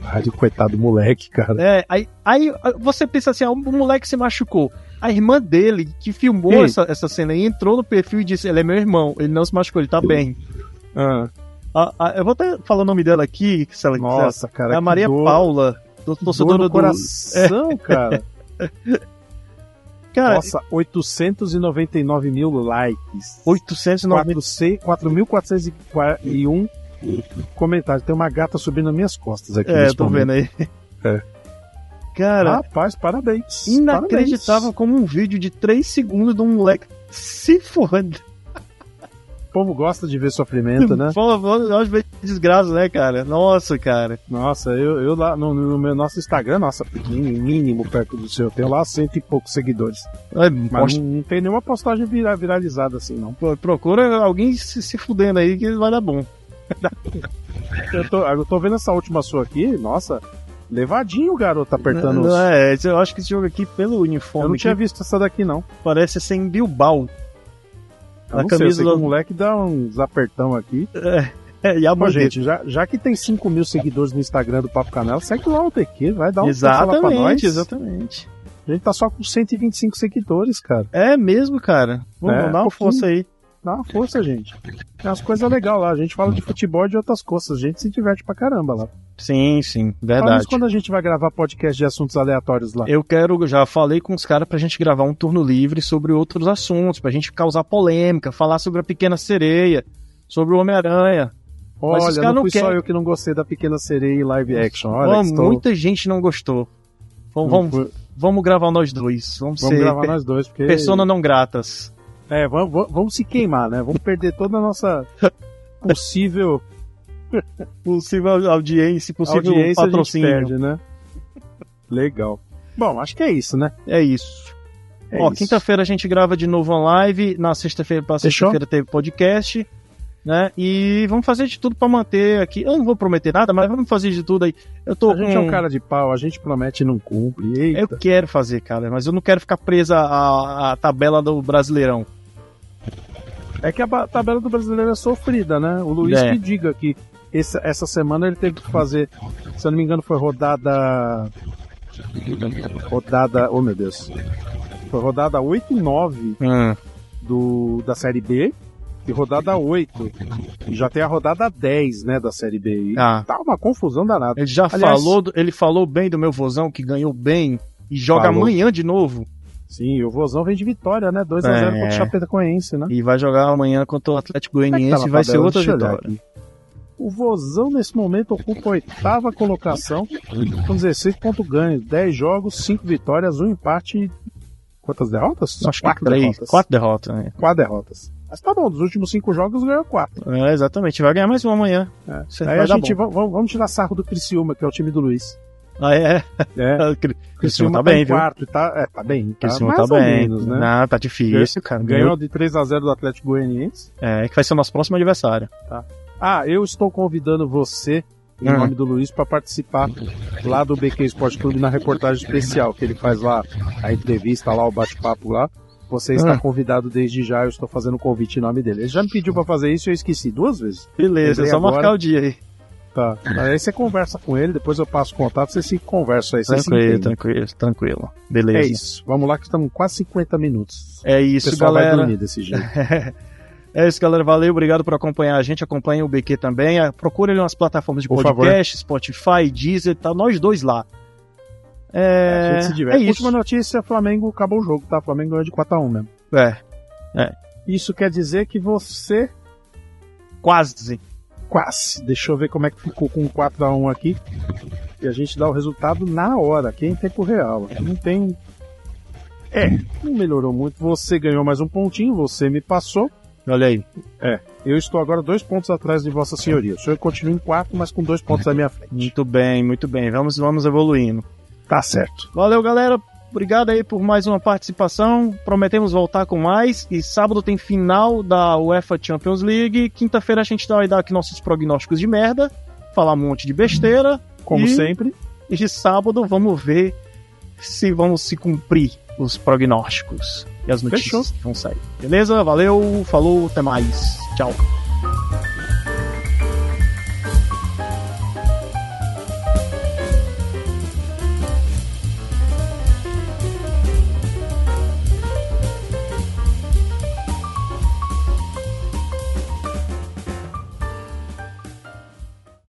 Rádio, coitado do moleque, cara. É, aí, aí você pensa assim: ah, o moleque se machucou. A irmã dele, que filmou Sim. essa, essa cena aí, entrou no perfil e disse: ele é meu irmão, ele não se machucou, ele tá bem. Ah, A- a- eu vou até falar o nome dela aqui, se ela quiser. nossa, cara. é a que Maria dor- Paula, do- que torcedora dor do. É. no coração, cara. Cara, Nossa, 899 mil likes. 890. 400 4.401 comentários. Tem uma gata subindo nas minhas costas aqui. É, nesse tô momento. vendo aí. É. Cara, Rapaz, parabéns. inacreditável Parabéns. como um vídeo de 3 segundos de um moleque se furando. O povo gosta de ver sofrimento, né? Fala, fala, nós vemos desgraça, né, cara? Nossa, cara. Nossa, eu, eu lá no, no meu nosso Instagram, nossa, mínimo, mínimo perto do seu, eu tenho lá cento e poucos seguidores. Ai, Mas mostra- não, não tem nenhuma postagem vira- viralizada assim, não. pô, procura alguém se, se fudendo aí que vai dar bom. Eu tô, eu tô vendo essa última sua aqui, nossa, levadinho o garoto apertando Não, os- é, esse- eu acho que esse jogo aqui, pelo Eu não uniforme, tinha aqui, visto essa daqui, não. parece ser em Bilbao. Eu A não sei, camisa eu sei que do- o moleque dá uns apertão aqui. É, e a Pô, bandeira. gente, já, já que tem 5 mil seguidores no Instagram do Papo Canela, segue lá o TQ, vai dar um exatamente, força lá pra nós. exatamente. A gente tá só com 125 seguidores, cara. É mesmo, cara. Vamos É, dar uma pouquinho. força aí. Dá uma força, gente. Tem umas coisas legais lá. A gente fala de futebol e de outras coisas. A gente se diverte pra caramba lá. Sim, sim, Fala verdade. isso quando a gente vai gravar podcast de assuntos aleatórios lá. Eu quero, já falei com os caras pra gente gravar um turno livre sobre outros assuntos, pra gente causar polêmica, falar sobre a Pequena Sereia, sobre o Homem-Aranha. mas os Olha, cara não não fui quer. só eu que não gostei da Pequena Sereia em live action. Olha, Vamos, estou... Muita gente não gostou. Vamos, não vamos, fui- vamos gravar nós dois. Vamos, Vamos ser gravar pe- nós dois, porque... persona não gratas. É, vamos, vamos- vamos se queimar, né? Vamos perder toda a nossa possível Possível audiência, possível audiência patrocínio. a gente perde, né? Legal. Bom, acho que é isso, né? É isso. É Ó, isso. quinta-feira a gente grava de novo uma live. Na sexta-feira, pra Fechou? sexta-feira teve podcast. Né? E vamos fazer de tudo pra manter aqui. Eu não vou prometer nada, mas vamos fazer de tudo aí. Eu tô A gente é com- um cara de pau, a gente promete e não cumpre. Eita. Eu quero fazer, cara, mas eu não quero ficar presa à, à tabela do Brasileirão. É que a ba- tabela do brasileiro é sofrida, né? O Luiz É. que diga que essa, essa semana ele teve que fazer, se eu não me engano, foi rodada. Rodada. Oh meu Deus. Foi rodada 8 e 9 do, da Série B. E rodada 8. E já tem a rodada 10, né, da Série B. E Ah. Tá uma confusão danada. Ele já Aliás- falou, do- ele falou bem do meu vozão que ganhou bem e joga Falou. amanhã de novo Sim, e o Vozão vem de vitória, né? 2x0 É. contra o Chapecoense, né? e vai jogar amanhã contra o Atlético Como é que Goianiense tá e na tabela? vai ser outra Deixa eu olhar vitória. aqui. O Vozão, nesse momento, ocupa a oitava colocação com 16 pontos ganhos, 10 jogos, 5 vitórias, 1 empate e... Quantas derrotas? Acho que três, derrotas. quatro derrotas. Né? 4 derrotas. Mas tá bom, dos últimos 5 jogos ganhou 4. É, exatamente, vai ganhar mais um amanhã. Isso É. Aí vai a dar gente bom. va- va- vamos tirar sarro do Criciúma, que é o é time do Luiz. Ah, é? É. O Cri- Criciúma Criciúma tá bem, em viu? quarto, tá, é, tá bem. Tá Criciúma tá mais ou bem. menos, né? Não, tá difícil, cara. Ganhou de 3x0 do Atlético Goianiense. É, que vai ser o nosso próximo adversário. Ah, eu estou convidando você, em Ah. nome do Luiz, para participar lá do BQ Esporte Clube na reportagem especial que ele faz lá, a entrevista lá, o bate-papo lá. Você está Ah. convidado desde já, eu estou fazendo o convite em nome dele. Ele já me pediu para fazer isso e eu esqueci duas vezes. Beleza, é Lembrei só agora. marcar o dia aí. Tá. Aí você conversa com ele, depois eu passo o contato, você se conversa aí. Você se Tranquilo, entende. tranquilo, tranquilo. é Beleza. isso. Vamos lá que estamos com quase 50 minutos. É O isso, pessoal vai galera. dormir desse jeito. É isso, galera. Valeu, obrigado por acompanhar a gente. Acompanha o BQ também. Ah, Procura ele nas plataformas de Por podcast, Spotify, Deezer, tá nós dois lá. É, A gente se é diverte. isso. Última notícia, Flamengo acabou o jogo, tá? Flamengo ganhou de 4x1 mesmo. É, Isso quer dizer que você quase. quase. Deixa eu ver como é que ficou com 4x1 aqui. E a gente dá o resultado na hora, aqui é em tempo real. Aqui Não tem. É, não melhorou muito. Você ganhou mais um pontinho, você me passou. Olha aí. Eu estou agora dois pontos atrás de Vossa Senhoria. O senhor continua em quarto, mas com dois pontos à minha frente. Muito bem, muito bem. Vamos, vamos evoluindo. Tá certo. Valeu, galera. Obrigado aí por mais uma participação. Prometemos voltar com mais. E sábado tem final da UEFA Champions League. Quinta-feira a gente vai dar aqui nossos prognósticos de merda, falar um monte de besteira. Como E- sempre, E de sábado vamos ver se vamos se cumprir os prognósticos e as notícias Fechou. que vão sair. Beleza? Valeu, falou, até mais. Tchau.